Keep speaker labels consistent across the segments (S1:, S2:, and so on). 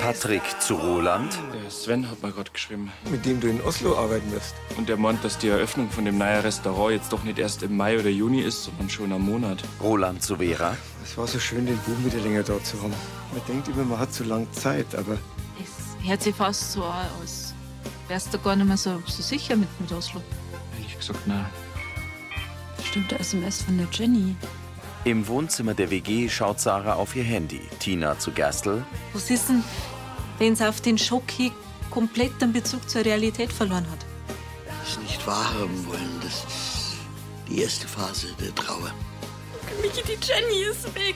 S1: Patrick zu Roland.
S2: Der Sven hat mir gerade geschrieben.
S3: Mit dem du in Oslo arbeiten wirst.
S2: Und der meint, dass die Eröffnung von dem neuen Restaurant jetzt doch nicht erst im Mai oder Juni ist, sondern schon am Monat.
S1: Roland zu Vera.
S3: Es war so schön, den Buben wieder länger dort zu haben. Man denkt immer, man hat so lange Zeit, aber
S4: Es hört sich fast so an, als wärst du gar nicht mehr so, so sicher mit, mit Oslo.
S2: Ehrlich gesagt, nein.
S5: Bestimmte SMS von der Jenny.
S1: Im Wohnzimmer der WG schaut Sarah auf ihr Handy. Tina zu Gerstl.
S4: Was ist denn, wenn es auf den Schock hin komplett den Bezug zur Realität verloren hat?
S6: es nicht wahrhaben wollen. Das ist die erste Phase der Trauer.
S7: Michi, die Jenny ist weg.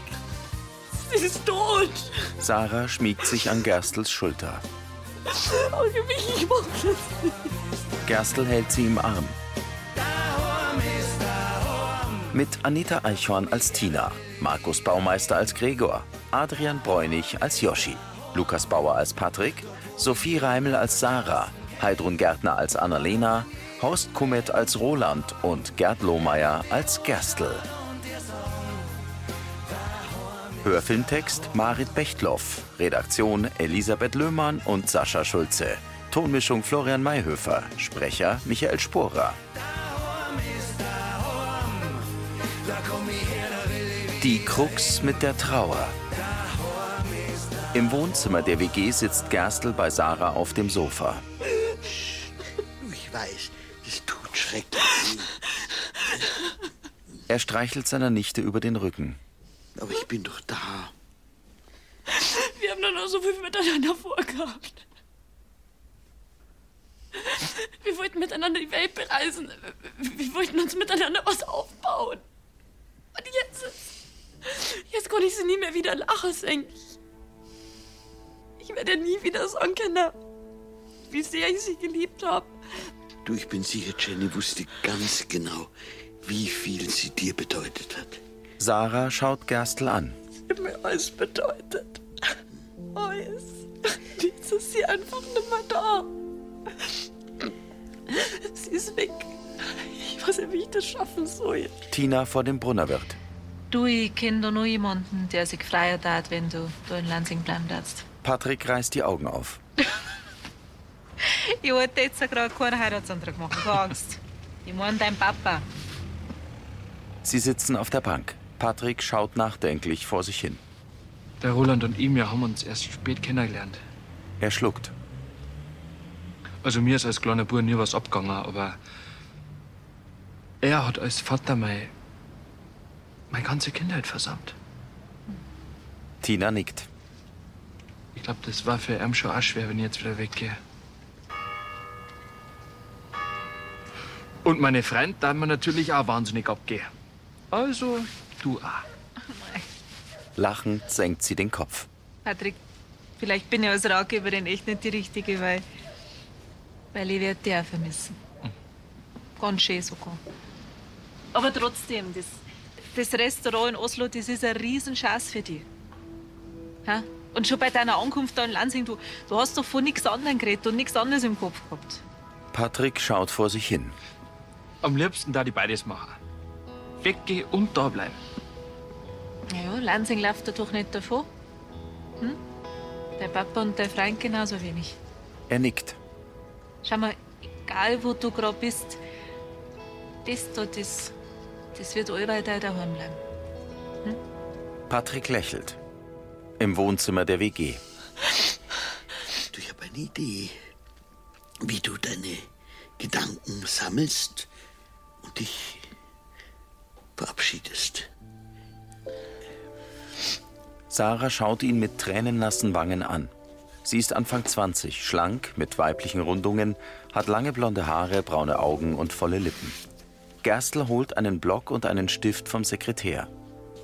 S7: Sie ist tot.
S1: Sarah schmiegt sich an Gerstls Schulter.
S7: Oh, Michi, ich mag das nicht.
S1: Gerstl hält sie im Arm. Mit Anita Eichhorn als Tina, Markus Baumeister als Gregor, Adrian Bräunig als Joschi, Lukas Bauer als Patrick, Sophie Reimel als Sarah, Heidrun Gärtner als Annalena, Horst Kummet als Roland und Gerd Lohmeier als Gerstl. Hörfilmtext Marit Bechtloff, Redaktion Elisabeth Löhmann und Sascha Schulze, Tonmischung Florian Mayhöfer, Sprecher Michael Sporer. Die Krux mit der Trauer. Im Wohnzimmer der WG sitzt Gerstl bei Sarah auf dem Sofa.
S6: Ich weiß, das tut schrecklich weh.
S1: Er streichelt seiner Nichte über den Rücken.
S6: Aber ich bin doch da.
S7: Wir haben doch noch so viel miteinander vorgehabt. Wir wollten miteinander die Welt bereisen. Wir wollten uns miteinander was aufbauen. Und jetzt. Jetzt konnte ich sie nie mehr wieder lachen sehen. Ich werde nie wieder sagen können, wie sehr ich sie geliebt habe.
S6: Du, ich bin sicher, Jenny wusste ganz genau, wie viel sie dir bedeutet hat.
S1: Sarah schaut Gerstl an.
S7: Sie hat mir alles bedeutet. Alles. Jetzt ist sie einfach nicht mehr da. Sie ist weg. Ich weiß nicht, wie ich das schaffen soll.
S1: Tina vor dem Brunnerwirt.
S4: Du, ich kenne da noch jemanden, der sich freier tat, wenn du da in Lansing bleiben darfst.
S1: Patrick reißt die Augen auf.
S4: Ich wollte jetzt ja gerade keinen Heiratsantrag machen, keine Angst. Ich meine dein Papa.
S1: Sie sitzen auf der Bank. Patrick schaut nachdenklich vor sich hin.
S2: Der Roland und ich, wir haben uns erst spät kennengelernt.
S1: Er schluckt.
S2: Also mir ist als kleiner Bub nie was abgegangen, aber er hat als Vater mein, meine ganze Kindheit versammelt.
S1: Tina nickt.
S2: Ich glaube, das war für ihn schon auch schwer, wenn ich jetzt wieder weggehe. Und meine Freund darf mir natürlich auch wahnsinnig abgehen. Also, du auch.
S1: Lachend senkt sie den Kopf.
S4: Patrick, vielleicht bin ich als Ratgeberin echt nicht die Richtige, weil, weil ich werde dich auch vermissen. Ganz schön sogar. Aber trotzdem, das, das Restaurant in Oslo, das ist ein Riesenschatz für dich. Ha? Und schon bei deiner Ankunft da in Lansing, du, du hast doch von nichts anderem geredet und nichts anderes im Kopf gehabt.
S1: Patrick schaut vor sich hin.
S2: Am liebsten da die beides machen. Weggehen und da bleiben.
S4: Naja, Lansing läuft er doch nicht davon. Hm? Dein Papa und dein Freund genauso wenig.
S1: Er nickt.
S4: Schau mal, egal wo du gerade bist, das da, das, das wird allweil da daheim bleiben.
S1: Patrick lächelt. Im Wohnzimmer der WG.
S6: Du, ich habe eine Idee, wie du deine Gedanken sammelst und dich verabschiedest.
S1: Sarah schaut ihn mit tränennassen Wangen an. Sie ist Anfang 20, schlank, mit weiblichen Rundungen, hat lange blonde Haare, braune Augen und volle Lippen. Gerstl holt einen Block und einen Stift vom Sekretär.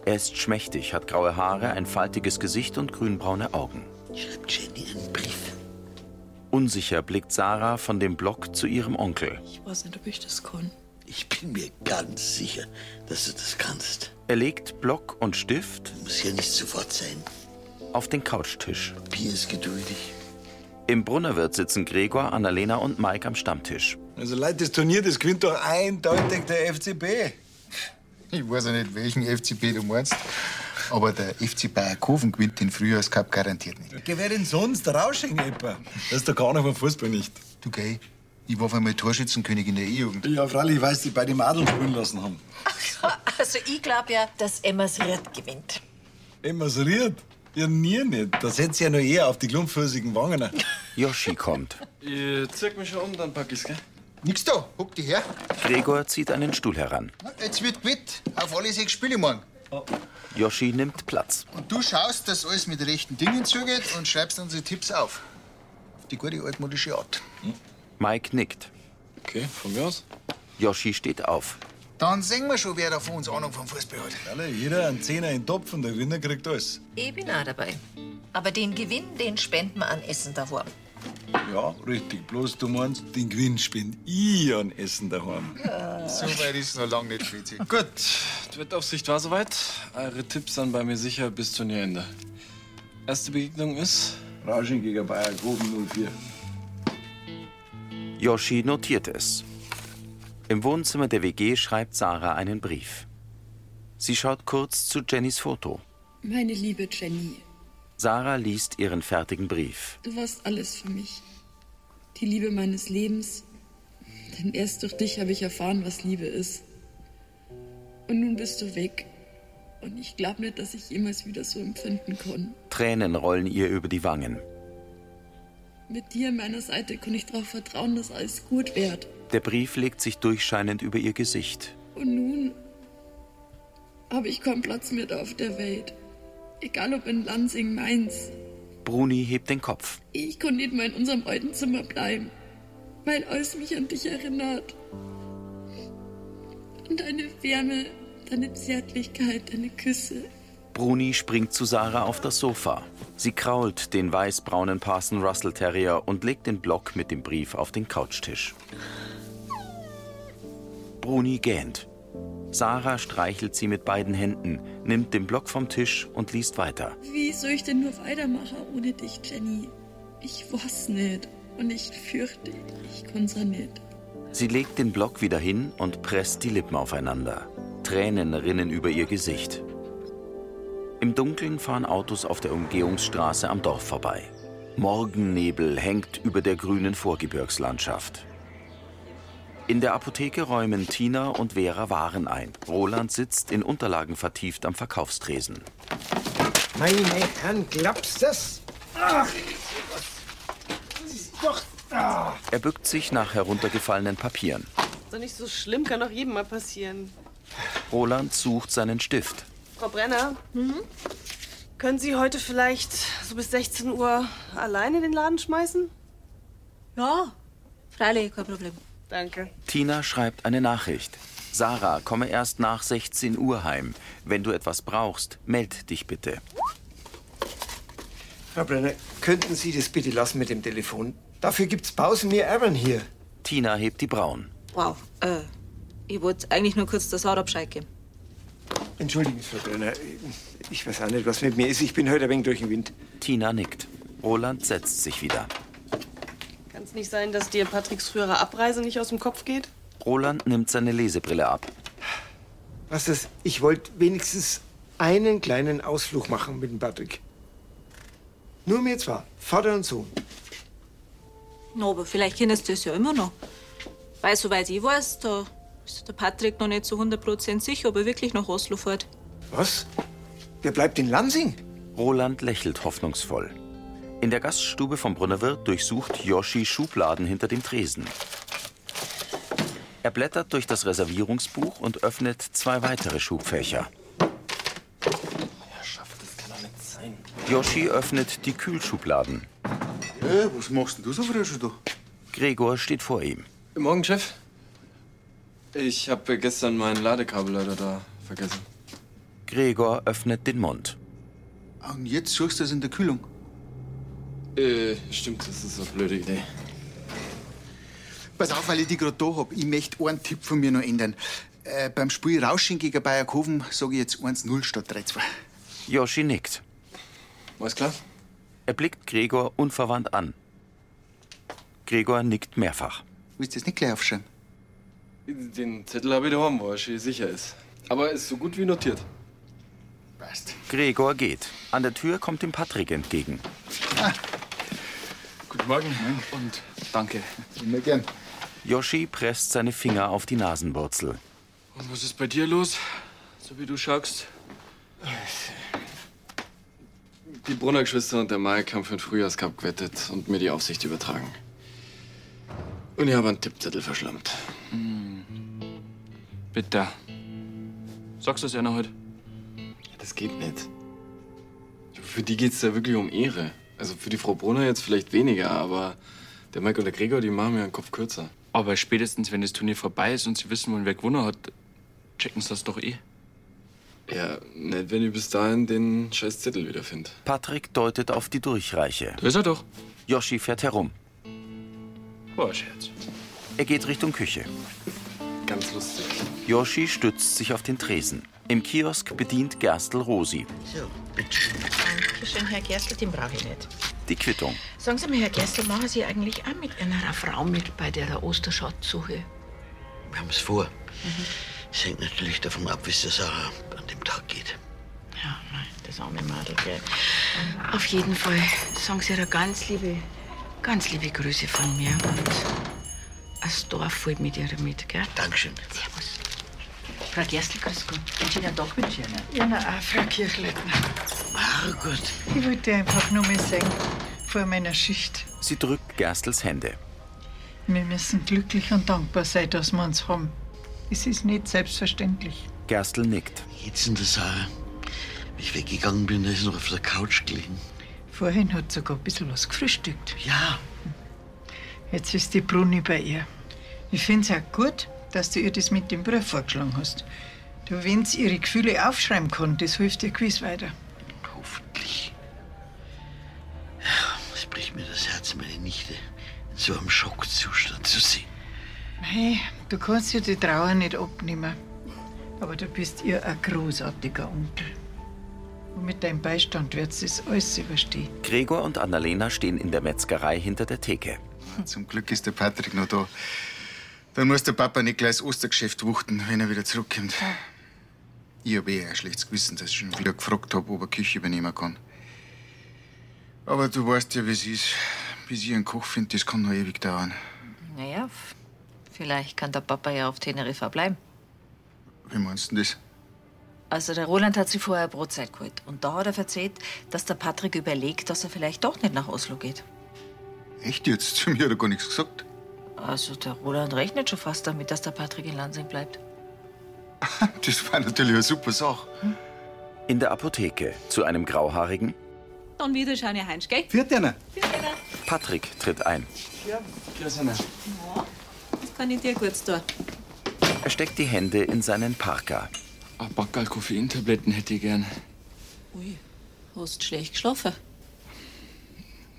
S1: Er ist schmächtig, hat graue Haare, ein faltiges Gesicht und grünbraune Augen.
S6: Schreibt Jenny einen Brief.
S1: Unsicher blickt Sarah von dem Block zu ihrem Onkel.
S5: Ich weiß nicht, ob ich das kann.
S6: Ich bin mir ganz sicher, dass du das kannst.
S1: Er legt Block und Stift
S6: Muss ja nicht sofort sein.
S1: auf den Couchtisch.
S6: Bier ist geduldig.
S1: Im Brunnerwirt sitzen Gregor, Annalena und Mike am Stammtisch.
S3: Also Leute, das Turnier, das gewinnt doch eindeutig der FCB.
S8: Ich weiß ja nicht, welchen FCB du meinst. Aber der FC Bayerkofen gewinnt den Frühjahrscup garantiert nicht.
S9: Wer denn sonst rauschen, etwa? Das ist doch gar nicht vom Fußball nicht.
S8: Du gell? Ich war auf einmal Torschützenkönig in der E. E-Jugend.
S9: Ja, freilich, weil sie bei dem Adel spielen lassen haben.
S10: Also ich glaube ja, dass Emmas Ritt gewinnt.
S9: Emmaseriert? Ja, nie nicht. Da setzt ja nur eher auf die klumpflüssigen Wangen.
S1: Yoshi kommt.
S2: Ich zieh mich schon um, dann pack ich's, gell?
S8: Nix da, huck dich her.
S1: Gregor zieht einen Stuhl heran.
S8: Jetzt wird gewinnt. Auf alle sechs Spiele morgen.
S1: Yoshi nimmt Platz.
S8: Und du schaust, dass alles mit rechten Dingen zugeht und schreibst unsere Tipps auf. Auf die gute altmodische Art.
S1: Mike nickt.
S2: Okay, von mir aus.
S1: Yoshi steht auf.
S8: Dann sehen wir schon, wer da von uns Ahnung vom Fußball hat.
S9: halt. Alle, jeder einen Zehner in den Topf und der Gewinner kriegt alles.
S10: Ich bin auch dabei. Aber den Gewinn, den spenden wir an Essen daheim.
S9: Ja, richtig. Bloß du meinst, den Gewinn spend ich an Essen daheim.
S8: So weit ist noch lange nicht, Fritzi.
S2: Gut, die Wettaufsicht war soweit. Eure Tipps sind bei mir sicher bis Turnierende. Erste Begegnung ist.
S9: Rauschen gegen Bayer Goben 04.
S1: Yoshi notiert es. Im Wohnzimmer der WG schreibt Sarah einen Brief. Sie schaut kurz zu Jennys Foto.
S5: Meine liebe Jenny,
S1: Sarah liest ihren fertigen Brief.
S5: du warst alles für mich. Die Liebe meines Lebens. Denn erst durch dich habe ich erfahren, was Liebe ist. Und nun bist du weg. Und ich glaube nicht, dass ich jemals wieder so empfinden kann.
S1: Tränen rollen ihr über die Wangen.
S5: Mit dir an meiner Seite kann ich darauf vertrauen, dass alles gut wird.
S1: Der Brief legt sich durchscheinend über ihr Gesicht.
S5: Und nun habe ich keinen Platz mehr da auf der Welt. Egal ob in Lansing, Mainz.
S1: Bruni hebt den Kopf.
S5: Ich kann nicht mehr in unserem alten Zimmer bleiben, weil alles mich an dich erinnert. An deine Wärme, deine Zärtlichkeit, deine Küsse.
S1: Bruni springt zu Sarah auf das Sofa. Sie krault den weißbraunen Parson Russell Terrier und legt den Block mit dem Brief auf den Couchtisch. Bruni gähnt. Sarah streichelt sie mit beiden Händen, nimmt den Block vom Tisch und liest weiter.
S5: Wie soll ich denn nur weitermachen ohne dich, Jenny? Ich weiß nicht. Und ich fürchte, ich kann's auch nicht.
S1: Sie legt den Block wieder hin und presst die Lippen aufeinander. Tränen rinnen über ihr Gesicht. Im Dunkeln fahren Autos auf der Umgehungsstraße am Dorf vorbei. Morgennebel hängt über der grünen Vorgebirgslandschaft. In der Apotheke räumen Tina und Vera Waren ein. Roland sitzt in Unterlagen vertieft am Verkaufstresen.
S11: Meine Herren, glaubst das? Ach, das ist doch. Ah.
S1: Er bückt sich nach heruntergefallenen Papieren.
S12: Ist doch nicht so schlimm, kann doch jedem mal passieren.
S1: Roland sucht seinen Stift.
S12: Frau Brenner, können Sie heute vielleicht so bis 16 Uhr alleine den Laden schmeißen?
S4: Ja, freilich, kein Problem.
S12: Danke.
S1: Tina schreibt eine Nachricht. Sarah, komme erst nach 16 Uhr heim. Wenn du etwas brauchst, meld dich bitte.
S3: Frau Brenner, könnten Sie das bitte lassen mit dem Telefon? Dafür gibt's Pausen, wir ärgern hier.
S1: Tina hebt die Brauen.
S4: Wow, äh, ich wollte eigentlich nur kurz das Sarah Bescheid geben.
S3: Entschuldigen Sie, Frau Brenner. Ich weiß auch nicht, was mit mir ist. Ich bin heute ein wenig durch den Wind.
S1: Tina nickt. Roland setzt sich wieder.
S12: Kann es nicht sein, dass dir Patricks frühere Abreise nicht aus dem Kopf geht?
S1: Roland nimmt seine Lesebrille ab.
S3: Was ist das? Ich wollte wenigstens einen kleinen Ausflug machen mit dem Patrick. Nur mir zwar, Vater und Sohn.
S4: No, aber vielleicht kennst du es ja immer noch. Weil, soweit ich weiß, da ist der Patrick noch nicht zu 100% sicher, ob er wirklich nach Oslo fährt.
S3: Was? Wer bleibt in Lansing?
S1: Roland lächelt hoffnungsvoll. In der Gaststube vom Brunnerwirt durchsucht Yoshi Schubladen hinter dem Tresen. Er blättert durch das Reservierungsbuch und öffnet zwei weitere Schubfächer. Yoshi öffnet die Kühlschubladen.
S13: Hey, was machst denn du so früh schon da?
S1: Gregor steht vor ihm.
S2: Morgen, Chef. Ich habe gestern mein Ladekabel leider da vergessen.
S1: Gregor öffnet den Mund.
S13: Ah, Und jetzt suchst du es in der Kühlung.
S2: Äh, stimmt, das ist eine blöde Idee.
S13: Pass auf, weil ich die gerade da hab. Ich möchte einen Tipp von mir noch ändern. Äh, beim Spiel Rausching gegen Bayerkofen sage ich jetzt 1-0 statt 3-2.
S1: Yoshi nickt.
S2: Alles klar?
S1: Er blickt Gregor unverwandt an. Gregor nickt mehrfach.
S13: Willst du das nicht gleich aufschreiben?
S2: Den Zettel habe ich daheim, wo er schön sicher ist. Aber ist so gut wie notiert.
S1: Gregor geht. An der Tür kommt ihm Patrick entgegen.
S14: Guten Morgen und danke.
S1: Immer gern. Yoshi presst seine Finger auf die Nasenwurzel.
S14: Und was ist bei dir los? So wie du schaust. Die Brunner-Geschwister und der Mike haben für den Frühjahrscup gewettet und mir die Aufsicht übertragen. Und ich habe einen Tippzettel verschlammt. Bitte. Sagst du es ja noch heute? Das geht nicht. Für die geht's da wirklich um Ehre. Also für die Frau Brunner jetzt vielleicht weniger, aber der Mike und der Gregor, die machen mir einen Kopf kürzer.
S2: Aber spätestens, wenn das Turnier vorbei ist und sie wissen wollen, wer gewonnen hat, checken sie das doch eh.
S14: Ja, ne, nicht, wenn ich bis dahin den scheiß Zettel wiederfind.
S1: Patrick deutet auf die Durchreiche. Da
S2: ist er doch.
S1: Yoshi fährt herum.
S14: Oh,
S2: War ein Scherz.
S1: Er geht Richtung Küche.
S14: Ganz lustig.
S1: Yoshi stützt sich auf den Tresen. Im Kiosk bedient Gerstl Rosi.
S10: So, Dankeschön, Herr Gerstl, den brauche ich nicht.
S1: Die Quittung.
S10: Sagen Sie mir, Herr Gerstl, machen Sie eigentlich auch mit einer Frau mit bei der Osterschatzsuche?
S6: Wir haben es vor. Es hängt natürlich davon ab, wie es der Sarah an dem Tag geht.
S10: Ja, nein, das arme Madel, gell. Auf jeden Fall sagen Sie ihr ganz liebe, ganz liebe Grüße von mir. Und das Dorf fällt mit ihr mit, gell?
S6: Dankeschön.
S10: Servus. Frau Gerstl, grüß Gott. Ich Ihnen doch mit Ihnen. Ja, na, auch, Frau Kirchleitner.
S6: Ah, gut.
S15: Ich wollte einfach nur mal sehen, vor meiner Schicht.
S1: Sie drückt Gerstls Hände.
S15: Wir müssen glücklich und dankbar sein, dass wir uns haben. Es ist nicht selbstverständlich.
S1: Gerstl nickt.
S6: Jetzt in der Sarah. Wie ich weggegangen bin, da ist sie noch auf der Couch gelegen.
S15: Vorhin hat sogar ein bisschen was gefrühstückt.
S6: Ja.
S15: Jetzt ist die Bruni bei ihr. Ich finde es auch gut, dass du ihr das mit dem Brief vorgeschlagen hast. Du, wenn sie ihre Gefühle aufschreiben kann, das hilft ihr gewiss weiter.
S6: Es bricht mir das Herz, meine Nichte in so einem Schockzustand zu sehen.
S15: Hey, du kannst ihr die Trauer nicht abnehmen. Aber du bist ihr ein großartiger Onkel. Und mit deinem Beistand wird sie das alles überstehen.
S1: Gregor und Annalena stehen in der Metzgerei hinter der Theke.
S8: Zum Glück ist der Patrick noch da. Dann muss der Papa nicht gleich das Ostergeschäft wuchten, wenn er wieder zurückkommt. Ich habe eh ein schlechtes Gewissen, dass ich schon wieder gefragt habe, ob er Küche übernehmen kann. Aber du weißt ja, wie es ist. Bis ich einen Koch finde, das kann noch ewig dauern.
S10: Naja, f- vielleicht kann der Papa ja auf Teneriffa bleiben.
S8: Wie meinst du denn das?
S10: Also der Roland hat sich vorher Brotzeit geholt. Und da hat er verzählt, dass der Patrick überlegt, dass er vielleicht doch nicht nach Oslo geht.
S8: Echt jetzt? Zu mir hat er gar nichts gesagt.
S10: Also der Roland rechnet schon fast damit, dass der Patrick in Lansing bleibt.
S8: Das war natürlich eine super Sache.
S1: In der Apotheke zu einem Grauhaarigen.
S4: Dann wieder schauen wir Heinz, gell?
S1: Viert einer. Patrick tritt ein.
S4: Ja.
S1: Grüß einer.
S4: Das kann ich dir gut tun.
S1: Er steckt die Hände in seinen Parka.
S14: Ein Backerl Koffeintabletten hätte ich gern.
S4: Ui, hast schlecht geschlafen.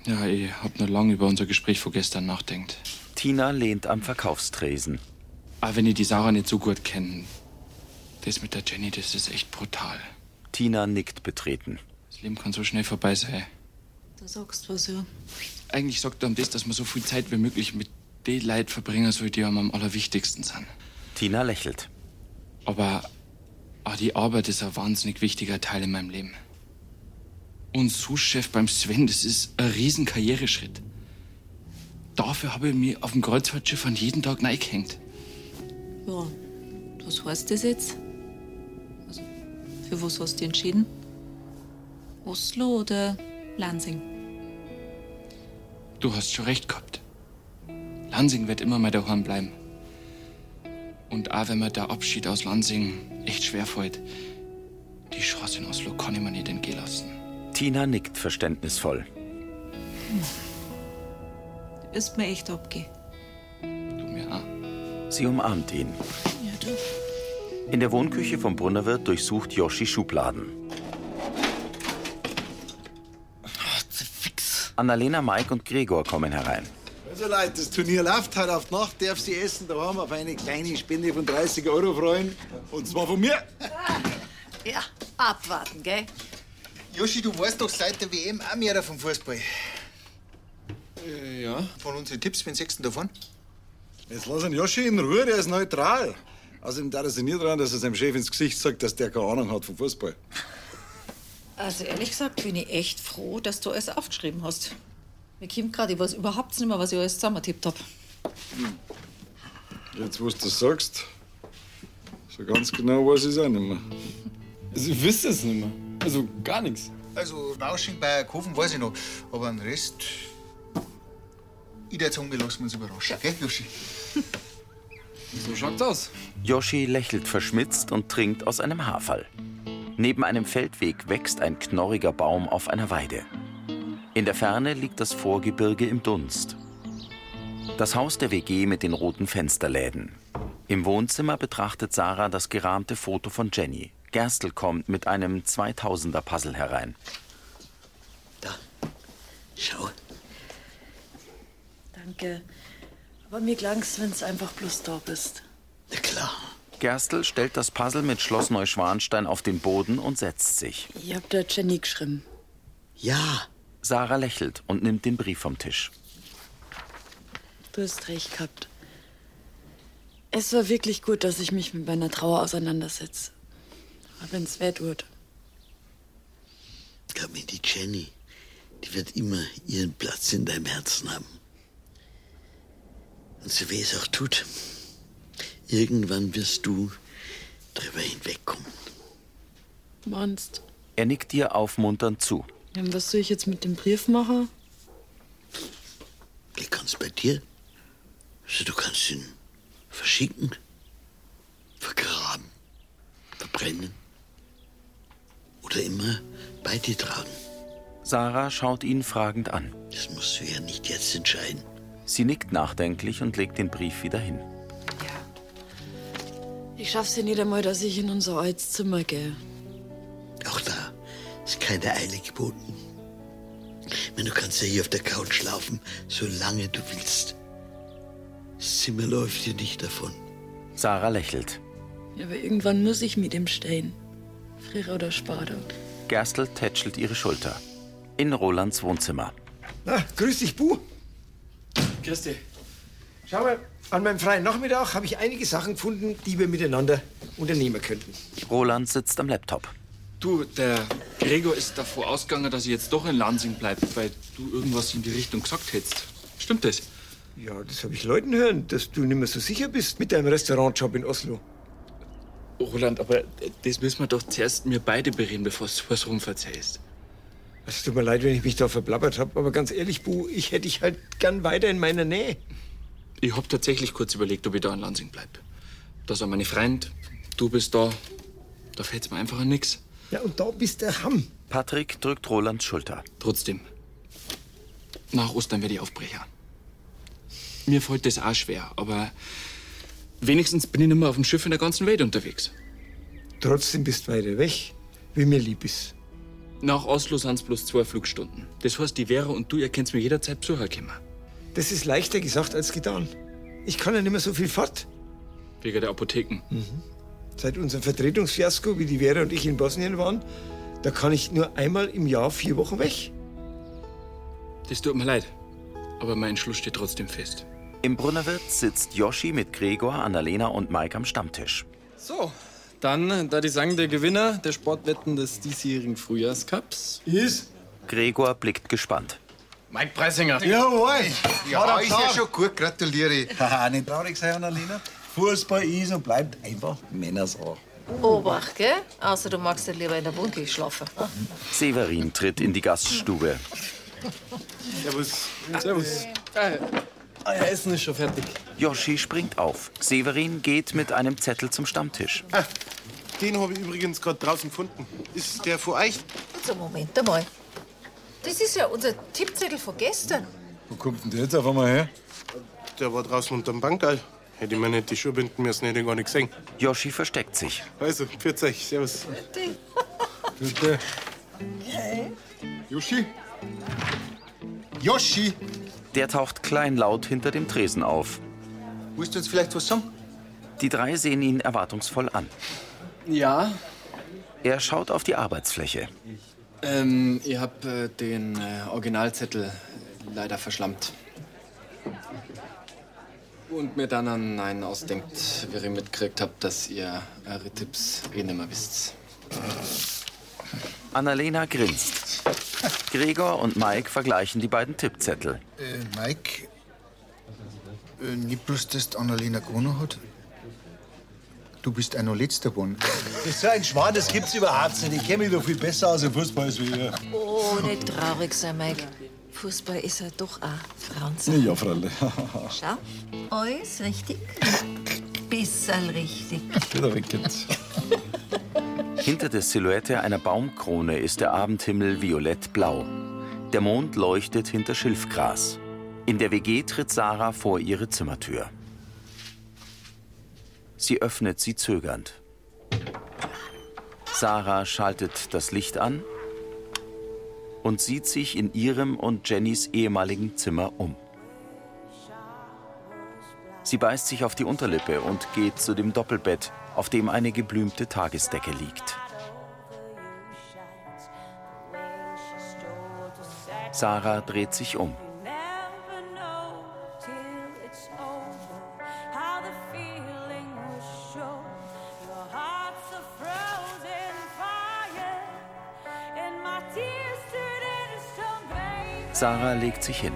S2: Ja, ich hab noch lange über unser Gespräch von gestern nachdenkt.
S1: Tina lehnt am Verkaufstresen.
S2: Aber wenn ich die Sarah nicht so gut kenne, das mit der Jenny, das ist echt brutal.
S1: Tina nickt betreten.
S2: Das Leben kann so schnell vorbei sein.
S4: Da sagst du was, ja.
S2: Eigentlich sagt einem das, dass man so viel Zeit wie möglich mit den Leuten verbringen soll, die einem am allerwichtigsten sind.
S1: Tina lächelt.
S2: Aber ah, die Arbeit ist ein wahnsinnig wichtiger Teil in meinem Leben. Und Souschef beim Sven, das ist ein riesen Karriereschritt. Dafür habe ich mich auf dem Kreuzfahrtschiff an jeden Tag neigehängt.
S4: Ja, was heißt das jetzt? Also, für was hast du dich entschieden? Oslo oder Lansing?
S2: Du hast schon recht gehabt. Lansing wird immer mein daheim bleiben. Und auch wenn mir der Abschied aus Lansing echt schwer fällt, die Chance in Oslo kann ich mir nicht entgehen lassen.
S1: Tina nickt verständnisvoll.
S4: Hm. Ist mir echt abgehen.
S1: Sie umarmt ihn.
S4: Ja, du.
S1: In der Wohnküche vom Brunnerwirt durchsucht Yoshi Schubladen. Annalena, Mike und Gregor kommen herein.
S9: Also Leute, das Turnier läuft heute auf die Nacht, darf sie essen, da haben wir auf eine kleine Spende von 30 Euro freuen. Und zwar von mir.
S10: Ja, abwarten, gell?
S16: Joshi, du weißt doch seit der WM auch mehr vom Fußball.
S9: Äh,
S14: ja.
S16: Von unseren Tipps bin sechsten davon. Jetzt lass ihn Joshi in Ruhe, der ist
S9: Also
S16: neutral. Außerdem darf er sich nie dran, dass er seinem Chef ins Gesicht sagt, dass der keine Ahnung hat vom Fußball.
S10: Also ehrlich gesagt bin ich echt froh, dass du alles aufgeschrieben hast. Mir kommt gerade, ich weiß überhaupt nicht mehr, was ich alles zusammengetippt habe.
S17: Jetzt, wo du das sagst, so ganz genau weiß ich es auch nicht mehr.
S2: Also, ich wüsste es nicht mehr. Also, gar nichts.
S8: Also Rausching bei Kofen weiß ich noch, aber den Rest. Ich der Zunge lassen wir uns überraschen, gell, Joschi?
S2: So schaut's aus.
S1: Yoshi lächelt verschmitzt und trinkt aus einem Haferl. Neben einem Feldweg wächst ein knorriger Baum auf einer Weide. In der Ferne liegt das Vorgebirge im Dunst. Das Haus der WG mit den roten Fensterläden. Im Wohnzimmer betrachtet Sarah das gerahmte Foto von Jenny. Gerstl kommt mit einem 2000er Puzzle herein.
S6: Schau.
S5: Danke. Aber mir klang's, wenn's einfach bloß da bist.
S1: Gerstl stellt das Puzzle mit Schloss Neuschwanstein auf den Boden und setzt sich.
S5: Ich hab da Jenny geschrieben.
S1: Ja. Sarah lächelt und nimmt den Brief vom Tisch.
S5: Du hast recht gehabt. Es war wirklich gut, dass ich mich mit meiner Trauer auseinandersetze. Aber wenn's wert wird.
S6: Glaub mir, die Jenny, die wird immer ihren Platz in deinem Herzen haben. Und so weh es auch tut, irgendwann wirst du drüber hinwegkommen.
S5: Meinst
S1: Er nickt ihr aufmunternd zu.
S5: ja, und was soll ich jetzt mit dem Brief machen?
S6: Wie kann's bei dir? Also, du kannst ihn verschicken, vergraben, verbrennen oder immer bei dir tragen.
S1: Sarah schaut ihn fragend an.
S6: Das musst du ja nicht jetzt entscheiden.
S1: Sie nickt nachdenklich und legt den Brief wieder hin.
S5: Ich schaff's ja nicht einmal, dass ich in unser altes Zimmer gehe.
S6: Auch da ist keine Eile geboten. Ich meine, du kannst ja hier auf der Couch schlafen, solange du willst. Das Zimmer läuft dir nicht davon.
S1: Sarah lächelt.
S5: Ja, aber irgendwann muss ich mit ihm stehen. Früher oder später.
S1: Gerstl tätschelt ihre Schulter. In Rolands Wohnzimmer.
S3: Na, grüß dich, Bu.
S2: Grüß dich.
S3: Schau mal, an meinem freien Nachmittag habe ich einige Sachen gefunden, die wir miteinander unternehmen könnten.
S1: Roland sitzt am Laptop.
S18: Du, der
S2: Gregor ist davor ausgegangen, dass ich jetzt doch in Lansing bleibe, weil du irgendwas in die Richtung gesagt hättest. Stimmt das?
S3: Ja, das habe ich Leuten hören, dass du nicht mehr so sicher bist mit deinem Restaurantjob in Oslo.
S2: Oh, Roland, aber das müssen wir doch zuerst mir beide bereden, bevor du was rumverzeihst.
S3: Es tut mir leid, wenn ich mich da verblabbert habe, aber ganz ehrlich, Bu, ich hätte dich halt gern weiter in meiner Nähe.
S2: Ich hab tatsächlich kurz überlegt, ob ich da in Lansing bleib. Da sind meine Freund, du bist da. Da fällt's mir einfach an nix.
S3: Ja, und da bist der Hamm.
S1: Patrick drückt Rolands Schulter.
S2: Trotzdem. Nach Ostern werde ich Aufbrecher. Mir fällt das auch schwer, aber wenigstens bin ich nicht mehr auf dem Schiff in der ganzen Welt unterwegs.
S3: Trotzdem bist du weiter weg, wie mir lieb ist.
S2: Nach Oslo sind's bloß zwei Flugstunden. Das heißt, die Vera und du, ihr könnt mir jederzeit besuchen kommen.
S3: Das ist leichter gesagt als getan. Ich kann ja nicht mehr so viel fort. Mhm.
S2: Wegen der Apotheken.
S3: Seit unserem Vertretungsfiasko, wie die Vera und ich in Bosnien waren, da kann ich nur einmal im Jahr vier Wochen weg.
S2: Das tut mir leid. Aber mein Entschluss steht trotzdem fest.
S1: Im Brunnerwirt sitzt Yoshi mit Gregor, Annalena und Mike am Stammtisch.
S14: So, dann, da die sagen, der Gewinner der Sportwetten des diesjährigen Frühjahrscups ist.
S1: Gregor blickt gespannt.
S14: Mike Preisinger.
S9: Jawohl!
S14: War
S9: Ja,
S14: der
S9: ist ja
S14: Plan.
S9: schon gut, gratuliere. Haha, nicht traurig sein, Annalena. Fußball ist und bleibt einfach Männersache.
S10: Obacht, gell?
S19: Also,
S10: Außer du magst ja lieber in der Bunker schlafen.
S1: Severin tritt in die Gaststube.
S14: Servus. Servus. Ah, ja, Essen ist schon fertig.
S1: Yoshi springt auf. Severin geht mit einem Zettel zum Stammtisch.
S20: Den habe ich übrigens gerade draußen gefunden. Ist der vor euch?
S10: Also Moment einmal. Das ist ja unser Tippzettel von gestern.
S20: Wo kommt denn der jetzt auf einmal her? Der war draußen unterm Bankerl. Hätte ich mir nicht die Schuhe binden müssen, hätte ich gar nicht gesehen.
S1: Yoshi versteckt sich.
S20: Also, pfiat euch. Servus.
S17: Bitte.
S9: Joschi? Joschi?
S1: Der taucht kleinlaut hinter dem Tresen auf.
S9: Willst du uns vielleicht was sagen?
S1: Die drei sehen ihn erwartungsvoll an.
S14: Ja,
S1: Er schaut auf die Arbeitsfläche.
S14: ähm, ihr habt äh, den äh, Originalzettel leider verschlammt. Und mir dann einen Nein ausdenkt, während ihr mitkriegt habt, dass ihr eure Tipps eh nimmer wisst.
S1: Annalena grinst. Gregor und Mike vergleichen die beiden Tippzettel.
S8: Äh, Mike, äh, nicht bloß, dass die Annalena gewonnen hat. Du bist einer letzter geworden.
S21: Das ist so ein Schmarrn, das gibt's überhaupt nicht. Ich kenne mich doch viel besser aus im Fußball als wir.
S19: Oh, nicht traurig sein, Mike. Fußball ist ja doch auch Frauensache.
S9: Ja, Freunde.
S19: Schau, alles richtig. Bisschen richtig.
S9: Wieder weg jetzt.
S1: Hinter der Silhouette einer Baumkrone ist der Abendhimmel violett-blau. Der Mond leuchtet hinter Schilfgras. In der WG tritt Sarah vor ihre Zimmertür. Sie öffnet sie zögernd. Sarah schaltet das Licht an und sieht sich in ihrem und Jennys ehemaligen Zimmer um. Sie beißt sich auf die Unterlippe und geht zu dem Doppelbett, auf dem eine geblümte Tagesdecke liegt. Sarah dreht sich um. Sarah legt sich hin.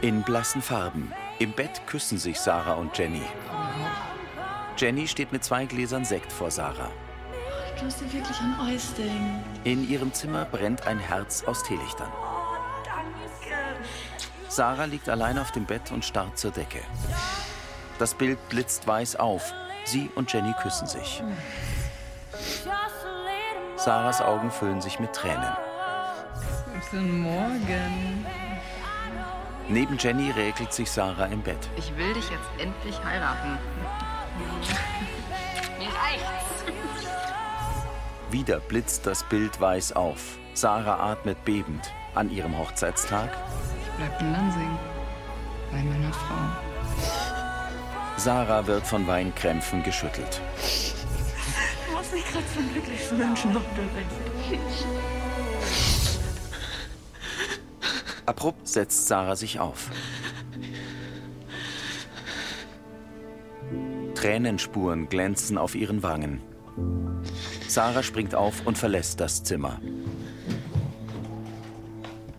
S1: In blassen Farben. Im Bett küssen sich Sarah und Jenny. Jenny steht mit zwei Gläsern Sekt vor Sarah.
S5: Ich muss dir wirklich an alles denken.
S1: In ihrem Zimmer brennt ein Herz aus Teelichtern. Sarah liegt allein auf dem Bett und starrt zur Decke. Das Bild blitzt weiß auf. Sie und Jenny küssen sich. Sarahs Augen füllen sich mit Tränen.
S15: Guten Morgen.
S1: Neben Jenny räkelt sich Sarah im Bett.
S10: Ich will dich jetzt endlich heiraten. Mir reicht's.
S1: Wieder blitzt das Bild weiß auf. Sarah atmet bebend. An ihrem Hochzeitstag
S15: Ich bleib in Lansing. Bei meiner Frau.
S1: Sarah wird von Weinkrämpfen geschüttelt.
S7: Du machst mich gerade zum glücklichsten Menschen auf der Welt.
S1: Abrupt setzt Sarah sich auf. Tränenspuren glänzen auf ihren Wangen. Sarah springt auf und verlässt das Zimmer.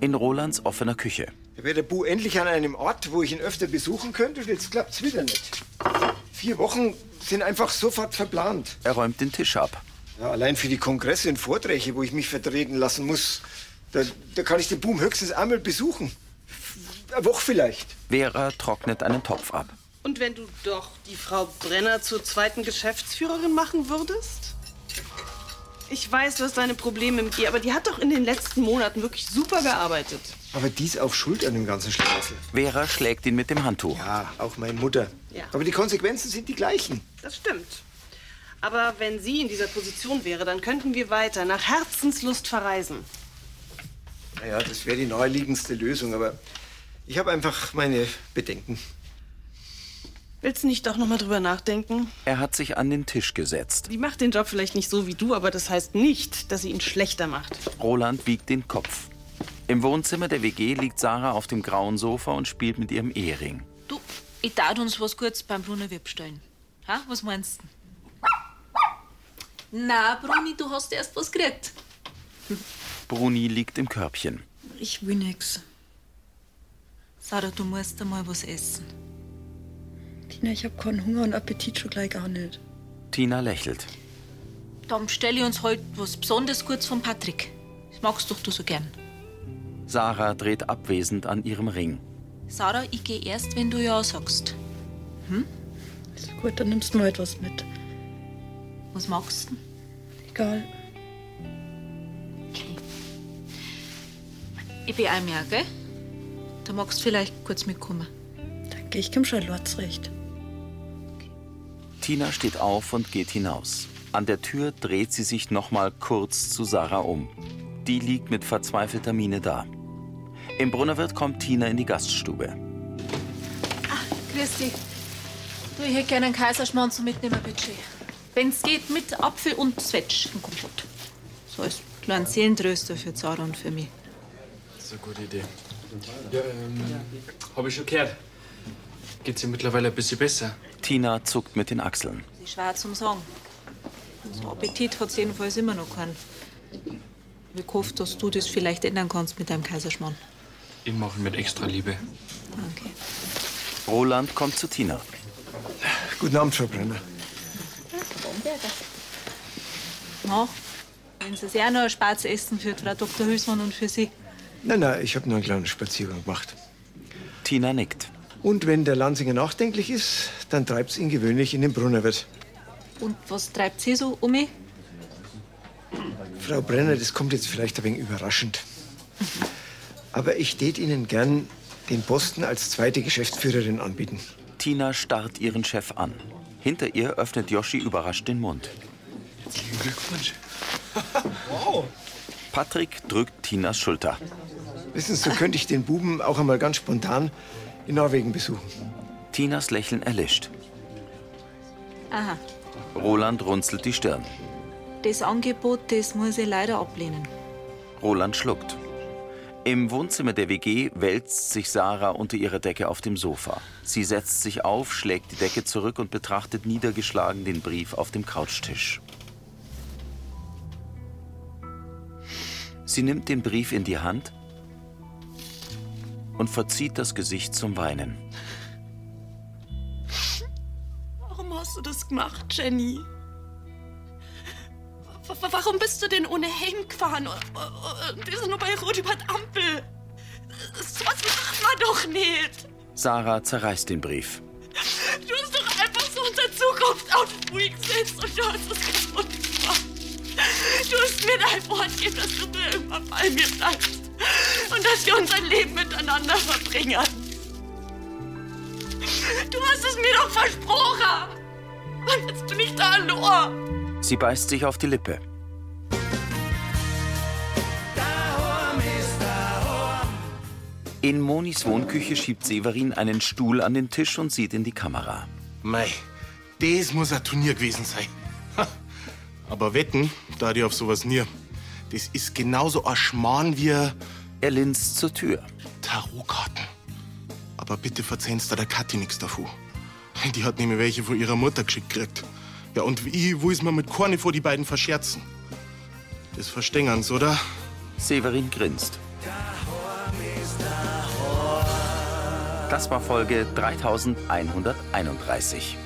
S1: In Rolands offener Küche.
S3: Da wäre der Bu endlich an einem Ort, wo ich ihn öfter besuchen könnte, und jetzt klappt's wieder nicht. Vier Wochen sind einfach sofort verplant.
S1: Er räumt den Tisch ab.
S3: Ja, allein für die Kongresse und Vorträge, wo ich mich vertreten lassen muss, da, da kann ich den Boom höchstens einmal besuchen. Eine Woche vielleicht.
S1: Vera trocknet einen Topf ab.
S12: Und wenn du doch die Frau Brenner zur zweiten Geschäftsführerin machen würdest? Ich weiß, du hast deine Probleme mit ihr, aber die hat doch in den letzten Monaten wirklich super gearbeitet.
S3: Aber die ist auch schuld an dem ganzen Schlamassel.
S1: Vera schlägt ihn mit dem Handtuch.
S3: Ja, auch meine Mutter.
S12: Ja.
S3: Aber die Konsequenzen sind die gleichen.
S12: Das stimmt. Aber wenn sie in dieser Position wäre, dann könnten wir weiter nach Herzenslust verreisen.
S3: Naja, das wäre die naheliegendste Lösung, aber ich habe einfach meine Bedenken.
S12: Willst du nicht doch noch mal drüber nachdenken?
S1: Er hat sich an den Tisch gesetzt.
S12: Die macht den Job vielleicht nicht so wie du, aber das heißt nicht, dass sie ihn schlechter macht.
S1: Roland wiegt den Kopf. Im Wohnzimmer der WG liegt Sarah auf dem grauen Sofa und spielt mit ihrem Ehering.
S4: Ich tat uns was Gutes beim Brunnerwirt bestellen. Ha, was meinst du?
S22: Na, Bruni, du hast erst was geredet.
S1: Bruni liegt im Körbchen.
S22: Ich will nix.
S4: Sarah, du musst einmal was essen.
S5: Tina, ich habe keinen Hunger und Appetit schon gleich gar nicht.
S1: Tina lächelt.
S4: Dann bestelle ich uns heute was besonders Gutes von Patrick. Das magst doch du so gern.
S1: Sarah dreht abwesend an ihrem Ring.
S4: Sarah, ich gehe erst, wenn du ja sagst. Hm?
S5: Ist gut, dann nimmst du mal etwas mit.
S4: Was magst du?
S5: Egal.
S4: Ich bin auch mehr, gell? Da magst du vielleicht kurz mitkommen.
S5: Danke, ich komm schon, Lords recht.
S1: Tina steht auf und geht hinaus. An der Tür dreht sie sich nochmal kurz zu Sarah um. Die liegt mit verzweifelter Miene da. Im Brunnerwirt kommt Tina in die Gaststube.
S4: Christi, du, ich hätte gerne einen Kaiserschmarrn zum Mitnehmen, bitte. schön. Wenn's geht, mit Apfel und Zwetschgenkompott. So als kleinen Seelentröster für Zara und für mich.
S2: Das ist eine gute Idee. Ja, ähm, hab ich schon gehört.
S1: Geht's ihm mittlerweile ein bisschen besser? Tina zuckt mit den Achseln.
S4: Sie ist schwer zum Sagen. So Appetit hat jedenfalls immer noch keinen. Ich hoffe, dass du das vielleicht ändern kannst mit deinem Kaiserschmarrn.
S23: Ich mache ihn mit extra Liebe.
S1: Roland kommt zu Tina.
S3: Guten Abend, Frau Brenner.
S4: Na, wenn sie sehr noch ein Spatz essen für Frau Dr. Hülsmann und für sie.
S3: Nein, nein, ich habe nur einen kleinen Spaziergang gemacht.
S1: Tina nickt.
S3: Und wenn der Lansinger nachdenklich ist, dann treibt's ihn gewöhnlich in den Brunnerwirt.
S4: Und was treibt sie so um mich?
S3: Frau Brenner, das kommt jetzt vielleicht ein wenig überraschend. Aber ich tät Ihnen gern den Posten als zweite Geschäftsführerin anbieten.
S1: Tina starrt ihren Chef an. Hinter ihr öffnet Yoshi überrascht den Mund.
S2: Herzlichen Glückwunsch.
S3: Wow.
S1: Patrick drückt Tinas Schulter.
S3: Wissen Sie, so könnte ich den Buben auch einmal ganz spontan in Norwegen besuchen.
S1: Tinas Lächeln erlischt.
S4: Aha,
S1: Roland runzelt die Stirn.
S4: das Angebot, das muss ich leider ablehnen.
S1: Roland schluckt. Im Wohnzimmer der WG wälzt sich Sarah unter ihrer Decke auf dem Sofa. Sie setzt sich auf, schlägt die Decke zurück und betrachtet niedergeschlagen den Brief auf dem Couchtisch. Sie nimmt den Brief in die Hand und verzieht das Gesicht zum Weinen.
S7: Warum hast du das gemacht, Jenny? W w- warum bist du denn ohne Helm gefahren? Äh, Und- Und wir sind nur bei Rot über die Ampel. So was macht man doch nicht.
S1: Sarah zerreißt den Brief.
S7: Du hast doch einfach so unsere Zukunft auf den Fuß gesetzt und du hast es kaputt gemacht. Du hast mir dein Wort gegeben, dass du mir immer bei mir bleibst. Und dass wir unser Leben miteinander verbringen. Du hast es mir doch versprochen. Wann bist du nicht da verloren?
S1: Sie beißt sich auf die Lippe. In Monis Wohnküche schiebt Severin einen Stuhl an den Tisch und sieht in die Kamera.
S20: Mei, das muss ein Turnier gewesen sein. Ha. Aber wetten, da die auf sowas nie. Das ist genauso ein Schmarrn wie.
S1: Er linst zur Tür.
S20: Tarotkarten. Aber bitte verzehnst da der Kathi nichts davon. Die hat nämlich welche von ihrer Mutter geschickt gekriegt. Ja, und ich wo ist mir mit Korne vor die beiden verscherzen? Das verstängerns, oder?
S1: Severin grinst. Das war Folge 3131.